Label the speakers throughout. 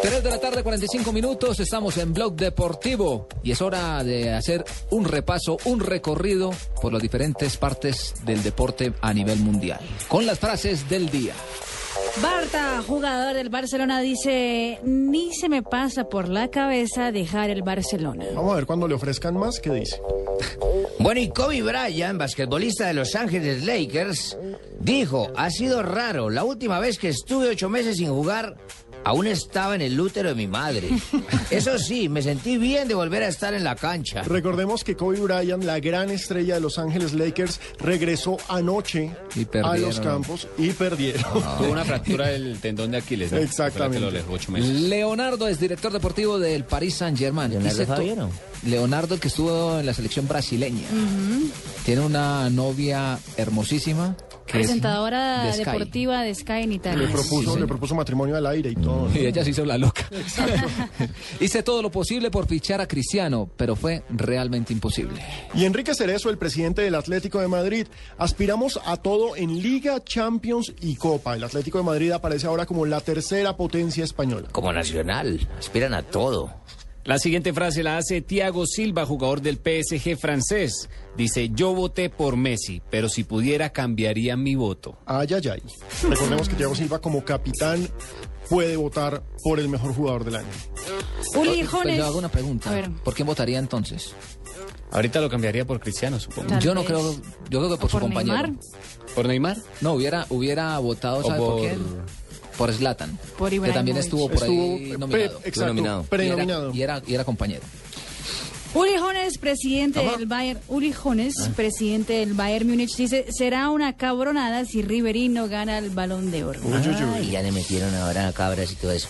Speaker 1: 3 de la tarde, 45 minutos, estamos en Blog Deportivo y es hora de hacer un repaso, un recorrido por las diferentes partes del deporte a nivel mundial, con las frases del día.
Speaker 2: Barta, jugador del Barcelona, dice, ni se me pasa por la cabeza dejar el Barcelona.
Speaker 3: Vamos a ver cuando le ofrezcan más, ¿qué dice?
Speaker 4: Bueno, y Kobe Bryant, basquetbolista de Los Ángeles Lakers, dijo, ha sido raro, la última vez que estuve ocho meses sin jugar, aún estaba en el útero de mi madre. Eso sí, me sentí bien de volver a estar en la cancha.
Speaker 3: Recordemos que Kobe Bryant, la gran estrella de Los Ángeles Lakers, regresó anoche
Speaker 1: Y
Speaker 3: a
Speaker 1: perdieron. Ah,
Speaker 3: los campos y perdieron.
Speaker 5: Tuvo una fractura del tendón de Aquiles. ¿no?
Speaker 3: Exactamente.
Speaker 5: Fue la que lo dejó ocho meses.
Speaker 1: Leonardo es director deportivo del Paris Saint Germain.
Speaker 4: Leonardo Fabiano.
Speaker 1: Leonardo, el que estuvo en la selección brasileña. Tiene una novia hermosísima. que es
Speaker 2: Presentadora
Speaker 1: de Sky.
Speaker 2: deportiva de Sky en
Speaker 3: Le
Speaker 2: Italia.
Speaker 3: propuso, le propuso matrimonio al aire y todo.
Speaker 1: Y ella se hizo la loca. Hice todo lo posible por fichar a Cristiano, pero fue realmente imposible.
Speaker 3: Y Enrique Cerezo, el presidente del Atlético de Madrid, aspiramos a todo en Liga, Champions y Copa. El Atlético de Madrid aparece ahora como la tercera potencia española.
Speaker 4: Como nacional, aspiran a todo.
Speaker 6: La siguiente frase la hace Thiago Silva, jugador del PSG francés. Dice, yo voté por Messi, pero si pudiera cambiaría mi voto.
Speaker 3: Ay, ay, ay. Recordemos que Thiago Silva como capitán puede votar por el mejor jugador del año.
Speaker 2: Uli
Speaker 1: Pero
Speaker 2: Jones.
Speaker 1: pues, yo hago una pregunta.
Speaker 2: A ver.
Speaker 1: ¿Por quién votaría entonces?
Speaker 6: Ahorita lo cambiaría por Cristiano, supongo.
Speaker 2: Tal
Speaker 1: yo no
Speaker 2: vez.
Speaker 1: creo, yo creo que por, su
Speaker 2: ¿Por
Speaker 1: compañero.
Speaker 2: Neymar?
Speaker 6: ¿Por Neymar?
Speaker 1: No, hubiera, hubiera votado,
Speaker 6: O
Speaker 1: ¿sabe por,
Speaker 6: por-
Speaker 1: quién? Por Zlatan.
Speaker 2: Por
Speaker 1: que también
Speaker 2: Ibrahimovic.
Speaker 1: estuvo por ahí
Speaker 3: Estuvo, eh,
Speaker 1: nominado.
Speaker 3: pre- exacto,
Speaker 4: nominado.
Speaker 3: prenominado.
Speaker 1: Y era, y era, y era compañero.
Speaker 2: Uli Jones, presidente del Bayern. Uli Jones,
Speaker 1: Ah.
Speaker 2: presidente del Bayern Múnich, dice, será una cabronada si Riverino gana el Balón de Oro.
Speaker 4: Ay, ya le metieron ahora a cabras y todo eso.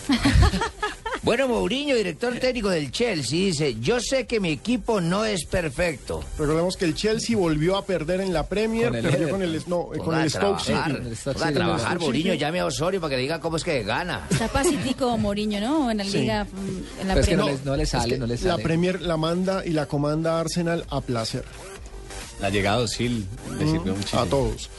Speaker 4: bueno, Mourinho, director técnico del Chelsea, dice, yo sé que mi equipo no es perfecto.
Speaker 3: Recordemos que el Chelsea volvió a perder en la Premier,
Speaker 1: Con el
Speaker 3: perdió
Speaker 1: Everton.
Speaker 3: con el, no, eh, con
Speaker 4: Ponga
Speaker 3: el
Speaker 4: a
Speaker 3: Stoke City.
Speaker 4: trabajar,
Speaker 1: City. El Stoke
Speaker 4: ponga
Speaker 1: City,
Speaker 4: a
Speaker 1: el
Speaker 4: trabajar,
Speaker 1: Stoke
Speaker 4: Mourinho, llame a Osorio para que le diga cómo es que gana.
Speaker 2: Está pacífico Mourinho, ¿no? En la liga, mm, en la
Speaker 1: Pero es que no,
Speaker 2: Premier.
Speaker 1: les- no le sale, no le
Speaker 3: La
Speaker 1: sale.
Speaker 3: Premier la manda y la comanda Arsenal a placer,
Speaker 6: La llegada de Osil le sirvió muchísimo.
Speaker 3: a todos.